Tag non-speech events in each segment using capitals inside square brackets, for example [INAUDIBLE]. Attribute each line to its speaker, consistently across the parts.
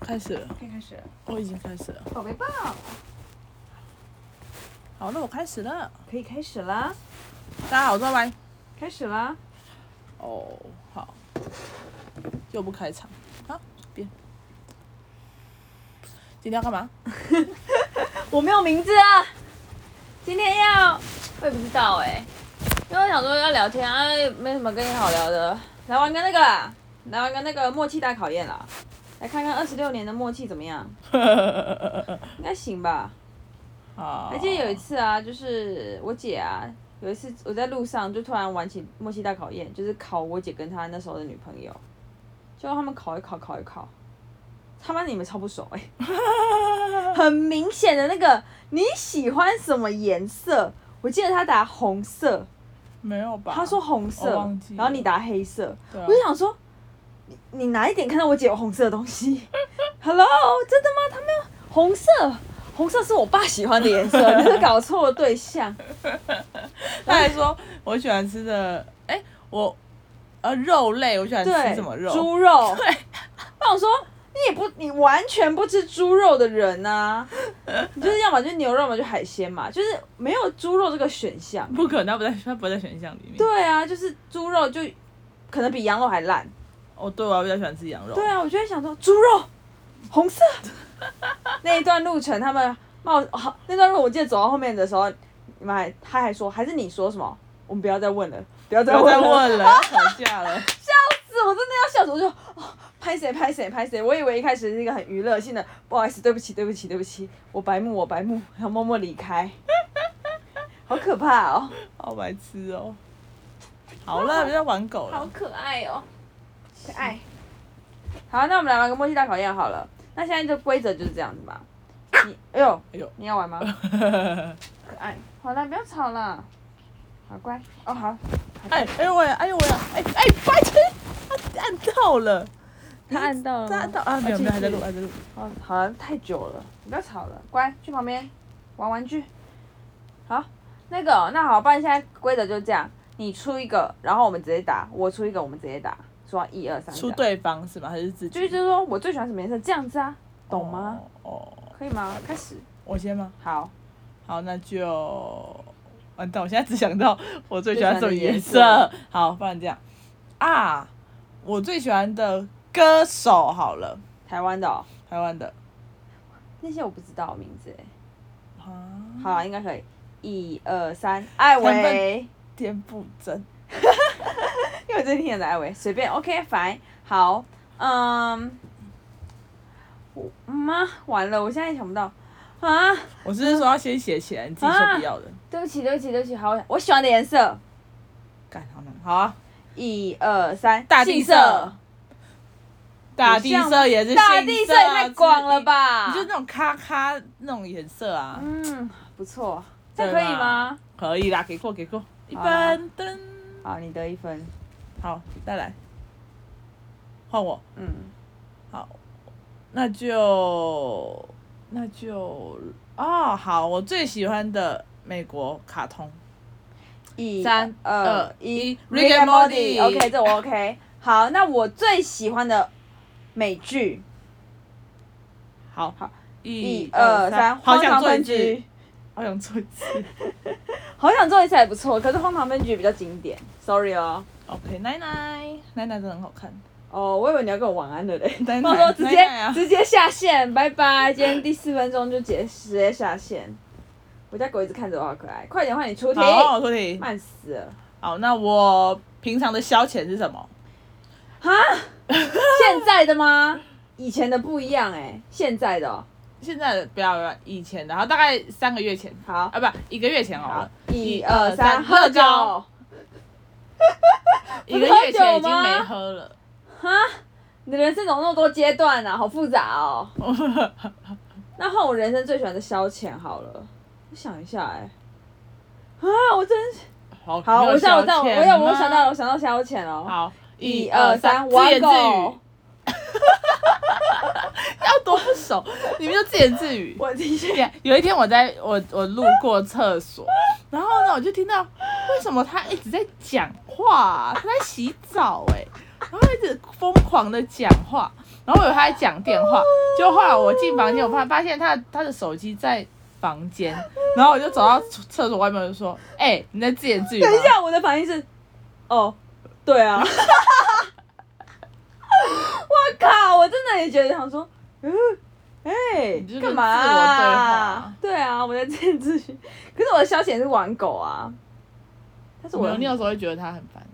Speaker 1: 开始了，
Speaker 2: [LAUGHS] 可以开始了，
Speaker 1: 我已经开始了。
Speaker 2: 宝贝抱，
Speaker 1: 好，那我开始了。
Speaker 2: 可以开始啦，
Speaker 1: 大家好，我是歪歪。
Speaker 2: 开始啦。
Speaker 1: 哦，好，又不开场，好，别。今天要干嘛？
Speaker 2: 我没有名字啊，今天要，我也不知道哎、因为我想说要聊天啊，没什么跟你好聊的，来玩个那个啦，来玩个那个默契大考验啦，来看看二十六年的默契怎么样，应该行吧。
Speaker 1: 好，
Speaker 2: 还记得有一次啊，就是我姐啊，有一次我在路上就突然玩起默契大考验，就是考我姐跟她那时候的女朋友，就他们考一考，考一考，他妈你们超不熟哎、 [LAUGHS] 很明显的那个你喜欢什么颜色？我记得她答红色，
Speaker 1: 没有吧？
Speaker 2: 她说红色
Speaker 1: 我忘记，了
Speaker 2: 然后你答黑色，
Speaker 1: 对啊
Speaker 2: 我就想说，你你哪一点看到我姐有红色的东西 [LAUGHS] ？Hello，真的吗？她没有红色，红色是我爸喜欢的颜色，你是搞错了对
Speaker 1: [LAUGHS]
Speaker 2: 象。
Speaker 1: 他还说我喜欢吃的，哎、我呃肉类，我喜欢
Speaker 2: 对，
Speaker 1: 吃什么肉？
Speaker 2: 猪
Speaker 1: [LAUGHS]
Speaker 2: 肉。对，那我说你也不，你完全不吃猪肉的人呐、你就是要么就牛肉嘛，就海鲜嘛，就是没有猪肉这个选项。
Speaker 1: 不可能，他不在，他不在选项里面。，
Speaker 2: 对啊，就是猪肉就可能比羊肉还烂。
Speaker 1: 哦，对，我比较喜欢吃羊肉。
Speaker 2: 对啊，我就在想说，猪肉红色 [LAUGHS] 那一段路程，他们冒哦好那段路，我记得走到后面的时候，你们还他还说，还是你说什么？我们不要再问了，不要
Speaker 1: 不
Speaker 2: 再
Speaker 1: 要
Speaker 2: 问
Speaker 1: 再
Speaker 2: 了。
Speaker 1: 问了，要吵架了。
Speaker 2: 是我真的要笑死，我就哦拍谁拍谁拍谁，我以为一开始是一个很娱乐性的，不好意思，对不起，对不起，对不起，我白目，我白目，然后默默离开， [LAUGHS] 好可怕哦，
Speaker 1: 好白痴哦！好
Speaker 2: [LAUGHS]
Speaker 1: 了，别再玩狗 [LAUGHS] 了。
Speaker 2: 可爱哦，可爱。好，那我们来玩个默契大考验好了。那现在这规则就是这样子嘛。你，哎呦，
Speaker 1: 哎呦，
Speaker 2: 你要玩吗？可爱。好了，不要吵了。好乖。哦，好。
Speaker 1: 哎哎呦喂，哎呦喂，哎哎，白痴，他按到了，
Speaker 2: 嗯他按到了
Speaker 1: 他
Speaker 2: 吗
Speaker 1: 按到啊，没
Speaker 2: 哎
Speaker 1: 有没有，还在录，还在录。
Speaker 2: 哦，好了，太久了，你不要吵了，乖，去旁边玩玩具。好，那个哦、那好，不然现在规则就这样，你出一个，然后我们直接打，我出一个，我们直接打，说一二三，
Speaker 1: 出
Speaker 2: 这样，
Speaker 1: 对方是吗？还是自
Speaker 2: 嗯
Speaker 1: 己？
Speaker 2: 啊就是就是说我最喜欢什么颜色，这样子啊，懂吗？
Speaker 1: 哦？哦，
Speaker 2: 可以吗？开始，
Speaker 1: 我先吗？
Speaker 2: 好，
Speaker 1: 好，那就完蛋，我现在只想到我最喜欢什么颜
Speaker 2: 最喜欢的
Speaker 1: 色。好，不然这样啊，我最喜欢的歌手好了，
Speaker 2: 台湾的、哦、
Speaker 1: 台湾的
Speaker 2: 那些我不知道名字，哎
Speaker 1: 啊，
Speaker 2: 好啦，应该可以，一二三，艾
Speaker 1: 成
Speaker 2: 维
Speaker 1: 分，田馥甄。
Speaker 2: 因为我最近听的艾维，随便，OK fine，好，嗯，我妈完了，我现在想不到啊。
Speaker 1: 我是说要先写起来，你自己说不要的。
Speaker 2: 对不起，对不起，对不起，好，我喜欢的颜色，
Speaker 1: 干好难，好啊。
Speaker 2: 一二三，
Speaker 1: 大地色
Speaker 2: 杏
Speaker 1: 大地色也是
Speaker 2: 大
Speaker 1: 杏
Speaker 2: 地色
Speaker 1: 色
Speaker 2: 也
Speaker 1: 啊
Speaker 2: 太广了？吧？
Speaker 1: 就是那种咔咔那种颜色啊，
Speaker 2: 嗯，不错，这
Speaker 1: 对
Speaker 2: 可以
Speaker 1: 啦
Speaker 2: 吗？
Speaker 1: 可以啦，给过给过，一
Speaker 2: 好啊
Speaker 1: 分噔。
Speaker 2: 好，你得一分，
Speaker 1: 好，再来，换我。
Speaker 2: 嗯，
Speaker 1: 好，那就那就哦，好，我最喜欢的美国卡通，
Speaker 2: 一
Speaker 1: 三
Speaker 2: 二
Speaker 1: 二
Speaker 2: 一
Speaker 1: 一
Speaker 2: Rick
Speaker 1: Rick
Speaker 2: and
Speaker 1: and
Speaker 2: Morty，OK，、
Speaker 1: Morty [LAUGHS]
Speaker 2: 这我 OK。好，那我最喜欢的美剧，
Speaker 1: 好
Speaker 2: 好，
Speaker 1: 一
Speaker 2: 一二三，
Speaker 1: 好
Speaker 2: 荒
Speaker 1: 想
Speaker 2: 唐
Speaker 1: 做
Speaker 2: 分
Speaker 1: 一次
Speaker 2: 局，，
Speaker 1: 好想做一次。
Speaker 2: 好想做一次还不错，可是荒唐分局比较经典，sorry 哦。
Speaker 1: OK，奶奶，奶奶真的很好看。
Speaker 2: 哦，我以为你要跟我晚安的嘞。
Speaker 1: 奶
Speaker 2: 他说直接
Speaker 1: 奶奶啊
Speaker 2: 直接下线，拜拜！今天第四分钟就结直接下线。我家狗一直看着我，好可爱！快点换你出题，
Speaker 1: 好，说题。
Speaker 2: 慢死了！
Speaker 1: 好，那我平常的消遣是什么？
Speaker 2: 哈，
Speaker 1: [LAUGHS]
Speaker 2: 现在的吗？以前的不一样哎、现在的哦、
Speaker 1: 现在的不要不要以前的，然后大概三个月前，
Speaker 2: 好
Speaker 1: 啊，不，一个月前好
Speaker 2: 好
Speaker 1: 了，，
Speaker 2: 一二三，
Speaker 1: 喝
Speaker 2: 喝
Speaker 1: 酒
Speaker 2: 酒！
Speaker 1: 一个
Speaker 2: 不是
Speaker 1: 月前已经没
Speaker 2: 喝酒吗
Speaker 1: 喝了。
Speaker 2: 哈，你的人生怎么那么多阶段啊？好复杂
Speaker 1: [LAUGHS]
Speaker 2: 哦。那换我人生最喜欢的消遣好了，我想一下哎、啊，我真
Speaker 1: 好，
Speaker 2: 好，
Speaker 1: 没有
Speaker 2: 我知道，我知道，
Speaker 1: 消
Speaker 2: 我
Speaker 1: 遣
Speaker 2: 有，我
Speaker 1: 吗
Speaker 2: 想到了，我想到消遣哦。
Speaker 1: 好，
Speaker 2: 一二三，
Speaker 1: 自
Speaker 2: 玩
Speaker 1: 言自
Speaker 2: 狗
Speaker 1: [LAUGHS] 语，。要多不熟，你们就自言自语。
Speaker 2: 我的确，
Speaker 1: 有一天我在我我路过厕所，然后呢我就听到为什么他一直在欸讲话、他在洗澡哎、然后一直疯狂的讲话，然后我以为他在讲电话，结果后来我进房间，我发发现他他的手机在房间，然后我就走到厕厕所外面，我就说：“哎、你在自言自语吗
Speaker 2: 等一下，我的反应是，哦，对
Speaker 1: [LAUGHS]
Speaker 2: 啊，我靠，我真的也觉得想说，嗯，哎、
Speaker 1: 你这个
Speaker 2: 干嘛、啊
Speaker 1: 自
Speaker 2: 对啊，我在自言自语，可是我的消遣是玩狗啊，但是
Speaker 1: 没
Speaker 2: 我
Speaker 1: 有，你有时候会觉得他很烦。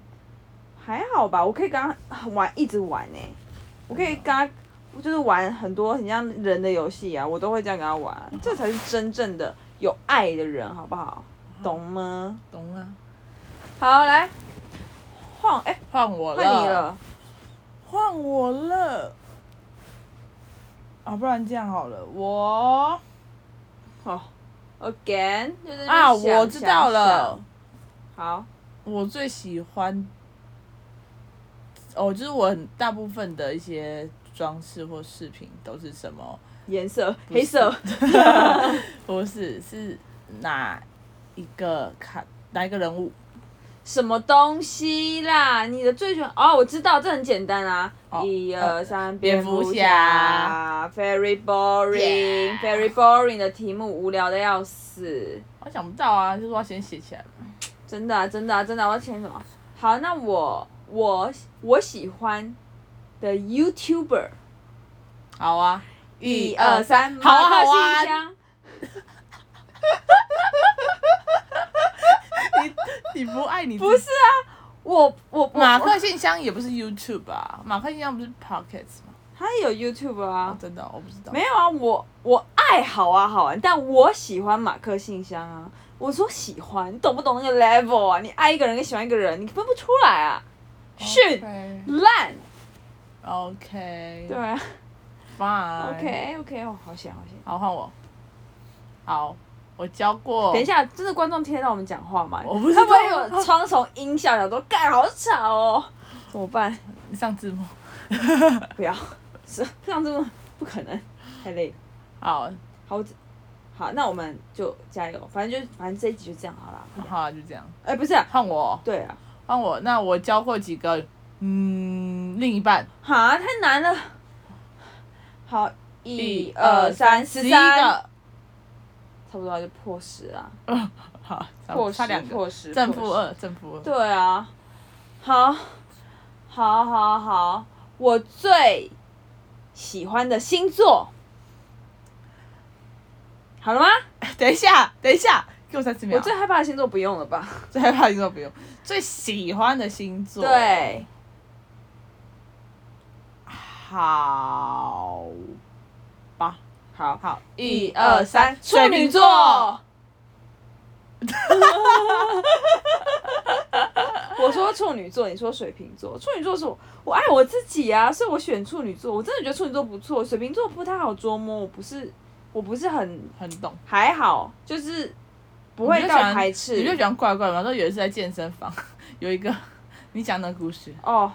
Speaker 2: 还好吧，我可以跟他玩，一直玩哎、我可以跟他就是玩很多很像人的游戏啊，我都会这样跟他玩，这才是真正的有爱的人，好不好？
Speaker 1: 嗯
Speaker 2: 懂吗？
Speaker 1: 懂啊，
Speaker 2: 好，来晃，哎、
Speaker 1: 换我
Speaker 2: 换你，了。
Speaker 1: 换我了。啊，不然这样好了，我
Speaker 2: 哦，again 就在那边
Speaker 1: 啊，
Speaker 2: 想
Speaker 1: 我知道。了
Speaker 2: 想，想好，
Speaker 1: 我最喜欢哦，就是我很大部分的一些装饰或饰品都是什
Speaker 2: [LAUGHS]
Speaker 1: 么？ [LAUGHS]
Speaker 2: 颜色
Speaker 1: 不是
Speaker 2: 黑色，
Speaker 1: 不是，是哪一个卡哪一个人物？
Speaker 2: 什么东西啦？你的最喜欢哦，我知道，这很简单啊。
Speaker 1: 哦
Speaker 2: 一二三，
Speaker 1: 蝙蝠
Speaker 2: 蝠
Speaker 1: 侠
Speaker 2: ，very boring，very boring 的题目，无聊的要死。
Speaker 1: 我想不到啊，就是要先写起来嘛。
Speaker 2: 真的、啊，真的、啊，真的啊、我要签什么？好，那我我我喜欢的 YouTuber，[LAUGHS]
Speaker 1: 好啊，
Speaker 2: 一二，三，
Speaker 1: 好啊
Speaker 2: 马克
Speaker 1: 好啊
Speaker 2: 信箱。
Speaker 1: 你不爱你
Speaker 2: 不
Speaker 1: 不
Speaker 2: 是啊，我我我
Speaker 1: 马克信箱也不是 YouTube 啊，马克信箱不是 Pockets 吗？
Speaker 2: 他有 YouTube 啊
Speaker 1: 哦，，真的哦、我不知道。
Speaker 2: 没有啊，我我爱好啊好玩，但我喜欢马克信箱啊。我说喜欢，你懂不懂那个 level 啊？你爱一个人跟喜欢一个人，你分不出来啊，
Speaker 1: 哦
Speaker 2: 逊
Speaker 1: OK，
Speaker 2: 烂，
Speaker 1: OK，
Speaker 2: 对啊
Speaker 1: fine。
Speaker 2: ，OK OK，哦，好险好险。
Speaker 1: 好，换我。好，我教过。
Speaker 2: 等一，下，真的观众听得到我们讲话吗？
Speaker 1: 我不知道
Speaker 2: 他会有双重音效，想说盖好吵哦，怎么办？
Speaker 1: 你上字幕。
Speaker 2: 不要，是这样这么不可能，太累了。
Speaker 1: 好，
Speaker 2: 好，我只好，那我们就加油，反正就反正这一集就这样好了。
Speaker 1: 好，就这样。
Speaker 2: 哎、不是啊、
Speaker 1: 换我，
Speaker 2: 对啊，
Speaker 1: 换我。那我教过几个，嗯，另一半。
Speaker 2: 哈，太难了。好，一
Speaker 1: 一
Speaker 2: 二三，
Speaker 1: 十
Speaker 2: 十
Speaker 1: 一
Speaker 2: 三，
Speaker 1: 个。
Speaker 2: 差不多就破十啊，
Speaker 1: 好，差不
Speaker 2: 破
Speaker 1: 多差
Speaker 2: 十，
Speaker 1: 两个。
Speaker 2: 破十，
Speaker 1: 正
Speaker 2: 破
Speaker 1: 负
Speaker 2: 十。
Speaker 1: 二，正负二。
Speaker 2: 对啊，好，好，好，好，我最喜欢的星座。好了吗？
Speaker 1: 等一下，等一下，给我三十秒。
Speaker 2: 我最害怕的星座不用了吧？
Speaker 1: 最害怕的星座不用，最喜欢的星座。，
Speaker 2: 对，
Speaker 1: 好吧，
Speaker 2: 好，
Speaker 1: 好，
Speaker 2: 一二三，处女座。 [LAUGHS] 我说处女座，你说水瓶座。处女座是我，我爱我自己啊，所以我选处女座。我真的觉得处女座不错，水瓶座不太好捉摸，我不是，我不是很
Speaker 1: 很懂，
Speaker 2: 还好，就是不会到排斥
Speaker 1: 你就。讲怪怪嘛。都有一次在健身房， [LAUGHS] 有一个你讲的故事，
Speaker 2: 哦，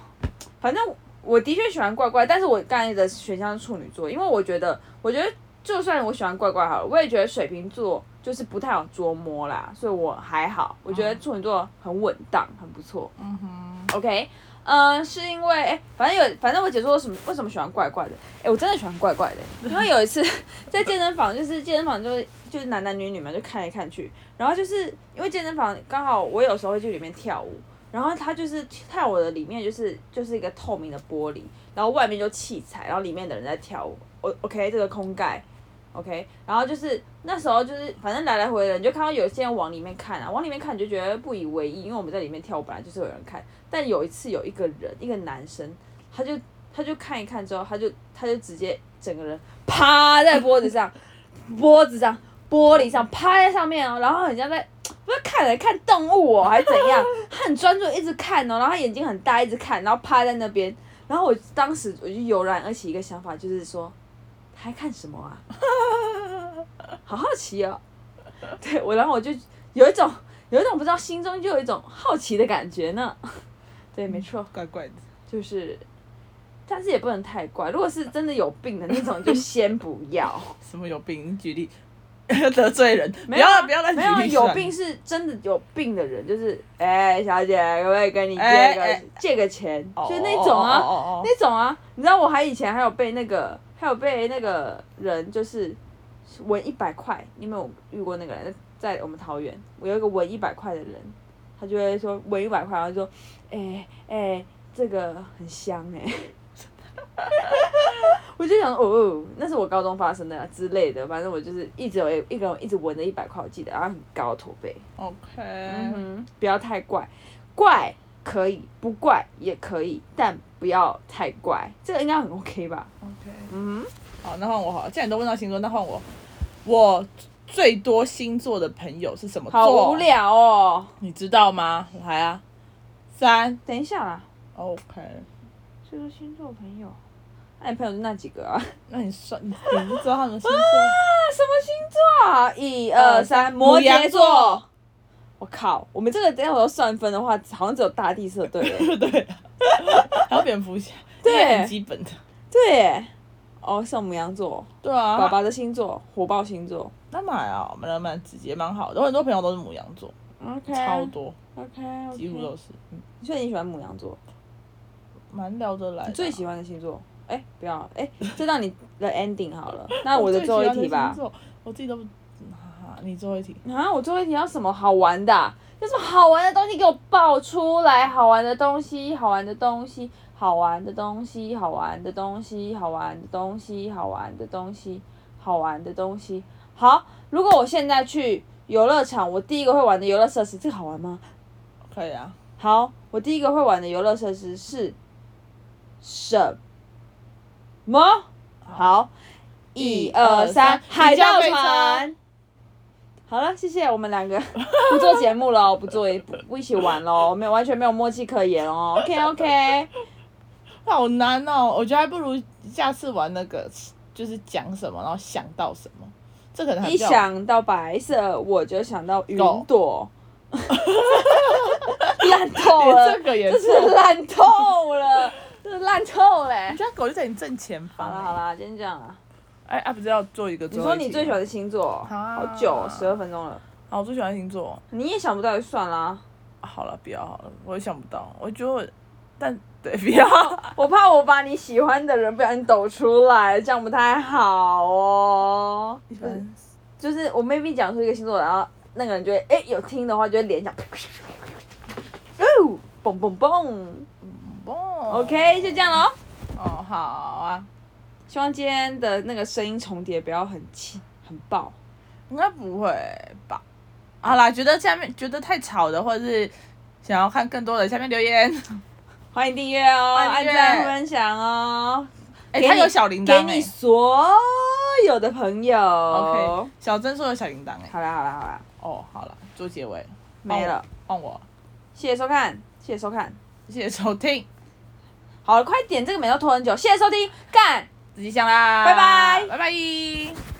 Speaker 2: 反正我的确喜欢怪怪，但是我刚才的选项是处女座，因为我觉得，我觉得就算我喜欢怪怪好了，我也觉得水瓶座就是不太好捉摸啦，所以我还好，我觉得处女座很稳当，很不错。
Speaker 1: 嗯哼，
Speaker 2: OK，嗯、是因为哎、反正有，反正我姐说我什么为什么喜欢怪怪的？哎、我真的喜欢怪怪
Speaker 1: [LAUGHS]
Speaker 2: 的，因为有一次在健身房，就是健身房就是就是男男女女嘛，就看来看去，然后就是因为健身房刚好我有时候会去里面跳舞，然后它就是看我的里面就是就是一个透明的玻璃，然后外面就器材，然后里面的人在跳舞。O OK，这个空盖。OK，然后就是那时候就是反正来来回回的，你就看到有些人往里面看啊，往里面看你就觉得不以为意，因为我们在里面跳舞本来就是有人看，但有一次有一个人，一个男生，他就他就看一看之后，他就他就直接整个人趴在脖子上，脖子上玻璃上趴在上面哦，然后很像在不是看来看动物哦，还是怎样，他很专注一直看哦，然后他眼睛很大一直看，然后趴在那边，然后我当时我就油然而起一个想法，就是说他还看什么啊？ [LAUGHS] 好好奇哦，对我，然后我就有一种有一种不知道心中就有一种好奇的感觉呢。 [LAUGHS] 对，没错，
Speaker 1: 怪怪的。
Speaker 2: 就是，但是也
Speaker 1: [LAUGHS]
Speaker 2: 不能太怪。如果是真的有病的那种，就先不要。
Speaker 1: 什么有病？你举例， [LAUGHS] 得罪人，不
Speaker 2: 没有啊
Speaker 1: 要不要乱举
Speaker 2: 没有啊
Speaker 1: 例
Speaker 2: 有
Speaker 1: 子啊
Speaker 2: 病是真的有病的人，就是哎、小姐，可不可以跟你借个、
Speaker 1: 哎哎
Speaker 2: 借个钱？
Speaker 1: 哦
Speaker 2: 就那种啊，
Speaker 1: 哦哦哦哦
Speaker 2: 那种啊，你知道我还以前还有被那个，还有被那个人就是纹一百块，你有没有遇过那个人？在我们桃园，我有一个纹一百块的人，他就会说纹一百块，然后就说，哎、哎、这个很香哎、 [LAUGHS] 我就想哦哦，那是我高中发生的、啊、之类的，反正我就是一直有一个人一直纹了一百块，我记得，然后很高的驼背，
Speaker 1: 哦 OK，、
Speaker 2: 嗯，不要太怪，怪可以，不怪也可以，但不要太怪，这个应该很 OK 吧？
Speaker 1: OK，
Speaker 2: 嗯，
Speaker 1: 好，那换我好了。既然你都问到星座，那换我。我最多星座的朋友是什么座？
Speaker 2: 好无，聊哦。
Speaker 1: 你知道吗？来啊，三
Speaker 2: 等一下啦，
Speaker 1: OK。
Speaker 2: 这个星座朋友，那你朋友就那几个啊？啊，
Speaker 1: 那你算你你不知道他们星座？ [LAUGHS]
Speaker 2: 什么星座啊？一二三，摩羯座。我靠，我们这个等一下我要算分的话，好像只有大地色对 [LAUGHS] 了。
Speaker 1: 对，啊 [LAUGHS] 还有蝙蝠侠，
Speaker 2: 对
Speaker 1: 这个很基本的。
Speaker 2: 对耶，哦，是我们母羊座，
Speaker 1: 对啊，
Speaker 2: 爸爸的星座，火爆星座。
Speaker 1: 那蛮啊，我们人蛮直接，蛮好的。我很多朋友都是母羊座，
Speaker 2: OK，
Speaker 1: 超多，
Speaker 2: OK，
Speaker 1: 几乎都是，嗯，
Speaker 2: 所以你喜欢母羊座？
Speaker 1: 蛮聊得来的啊。
Speaker 2: 你最喜欢的星座？哎、不要，哎、这让你
Speaker 1: [LAUGHS]
Speaker 2: 的 ending 好了。那我的最后一题吧
Speaker 1: 最喜欢的星。座，我自己都不，啊你最后一题。
Speaker 2: 啊，我最后一题要什么好玩的啊、有什么好玩的东西给我爆出来？好玩的东西，好玩的东西，好玩的东西，好玩的东西，好玩的东西，好玩的东西，好玩的东西。好，如果我现在去游乐场，我第一个会玩的游乐设施，这个好玩吗？
Speaker 1: 可以啊，
Speaker 2: 好，我第一个会玩的游乐设施是什么？好，一
Speaker 1: 一
Speaker 2: 二
Speaker 1: 二
Speaker 2: 三
Speaker 1: 三，
Speaker 2: 海
Speaker 1: 海
Speaker 2: 盗
Speaker 1: 盗
Speaker 2: 船
Speaker 1: 船。
Speaker 2: 好了，谢谢我们两个 [LAUGHS] 不做节目了，不做不不一起玩
Speaker 1: [LAUGHS]
Speaker 2: 喽，没有完全没有默契可言哦。OK OK，
Speaker 1: 好难哦，我觉得还不如下次玩那个，就是讲什么，然后想到什么，这可能还
Speaker 2: 一
Speaker 1: 比较
Speaker 2: 想到白色我就想到云
Speaker 1: 狗
Speaker 2: 朵， [LAUGHS] 烂透了，
Speaker 1: 哎 [LAUGHS] 连这个也
Speaker 2: 这
Speaker 1: 做
Speaker 2: 是烂透了，
Speaker 1: [LAUGHS]
Speaker 2: 这是烂透嘞
Speaker 1: 你。家狗就在你正前
Speaker 2: 好
Speaker 1: 方。
Speaker 2: 了好，了，今天这样了。
Speaker 1: 哎，啊，不是要做一个
Speaker 2: 你
Speaker 1: 最后
Speaker 2: 说
Speaker 1: 一题吗？
Speaker 2: 你最喜欢的星座，
Speaker 1: 啊
Speaker 2: 好久、哦，十二分钟了，
Speaker 1: 好，我最喜欢星座。
Speaker 2: 你也想不到就算啦。
Speaker 1: 好了，不要好了，我也想不到，我觉得我，但
Speaker 2: [LAUGHS]
Speaker 1: 对，不要。
Speaker 2: 我怕我把你喜欢的人不小心抖出来，这样不太好哦。就是我 maybe 讲出一个星座，然后那个人就会哎、有听的话就会脸讲，哦，蹦蹦蹦
Speaker 1: 哦
Speaker 2: ，OK 就这样喽。
Speaker 1: 哦，好啊，
Speaker 2: 希望今天的那个声音重叠不要很气很爆。
Speaker 1: 应该不会吧？好啦，觉得下面觉得太吵的，或者是想要看更多的，下面留言。
Speaker 2: [LAUGHS] 欢迎订阅哦，
Speaker 1: 欢
Speaker 2: 按
Speaker 1: 迎订阅
Speaker 2: 赞分享哦，
Speaker 1: 哎、
Speaker 2: 给
Speaker 1: 他
Speaker 2: 你
Speaker 1: 有小铃铛、
Speaker 2: 给
Speaker 1: 欸，
Speaker 2: 你所有的朋友。
Speaker 1: OK，小珍说有小铃铛哎。
Speaker 2: 好啦好啦好啦，
Speaker 1: 哦，好了，做结尾
Speaker 2: 没了，
Speaker 1: 换我，换我
Speaker 2: 谢谢收看，谢谢收看。
Speaker 1: 谢谢收听，
Speaker 2: 好了，快点，这个每周拖很久，谢谢收听，干。
Speaker 1: 自己想啦，
Speaker 2: 拜拜
Speaker 1: 拜拜。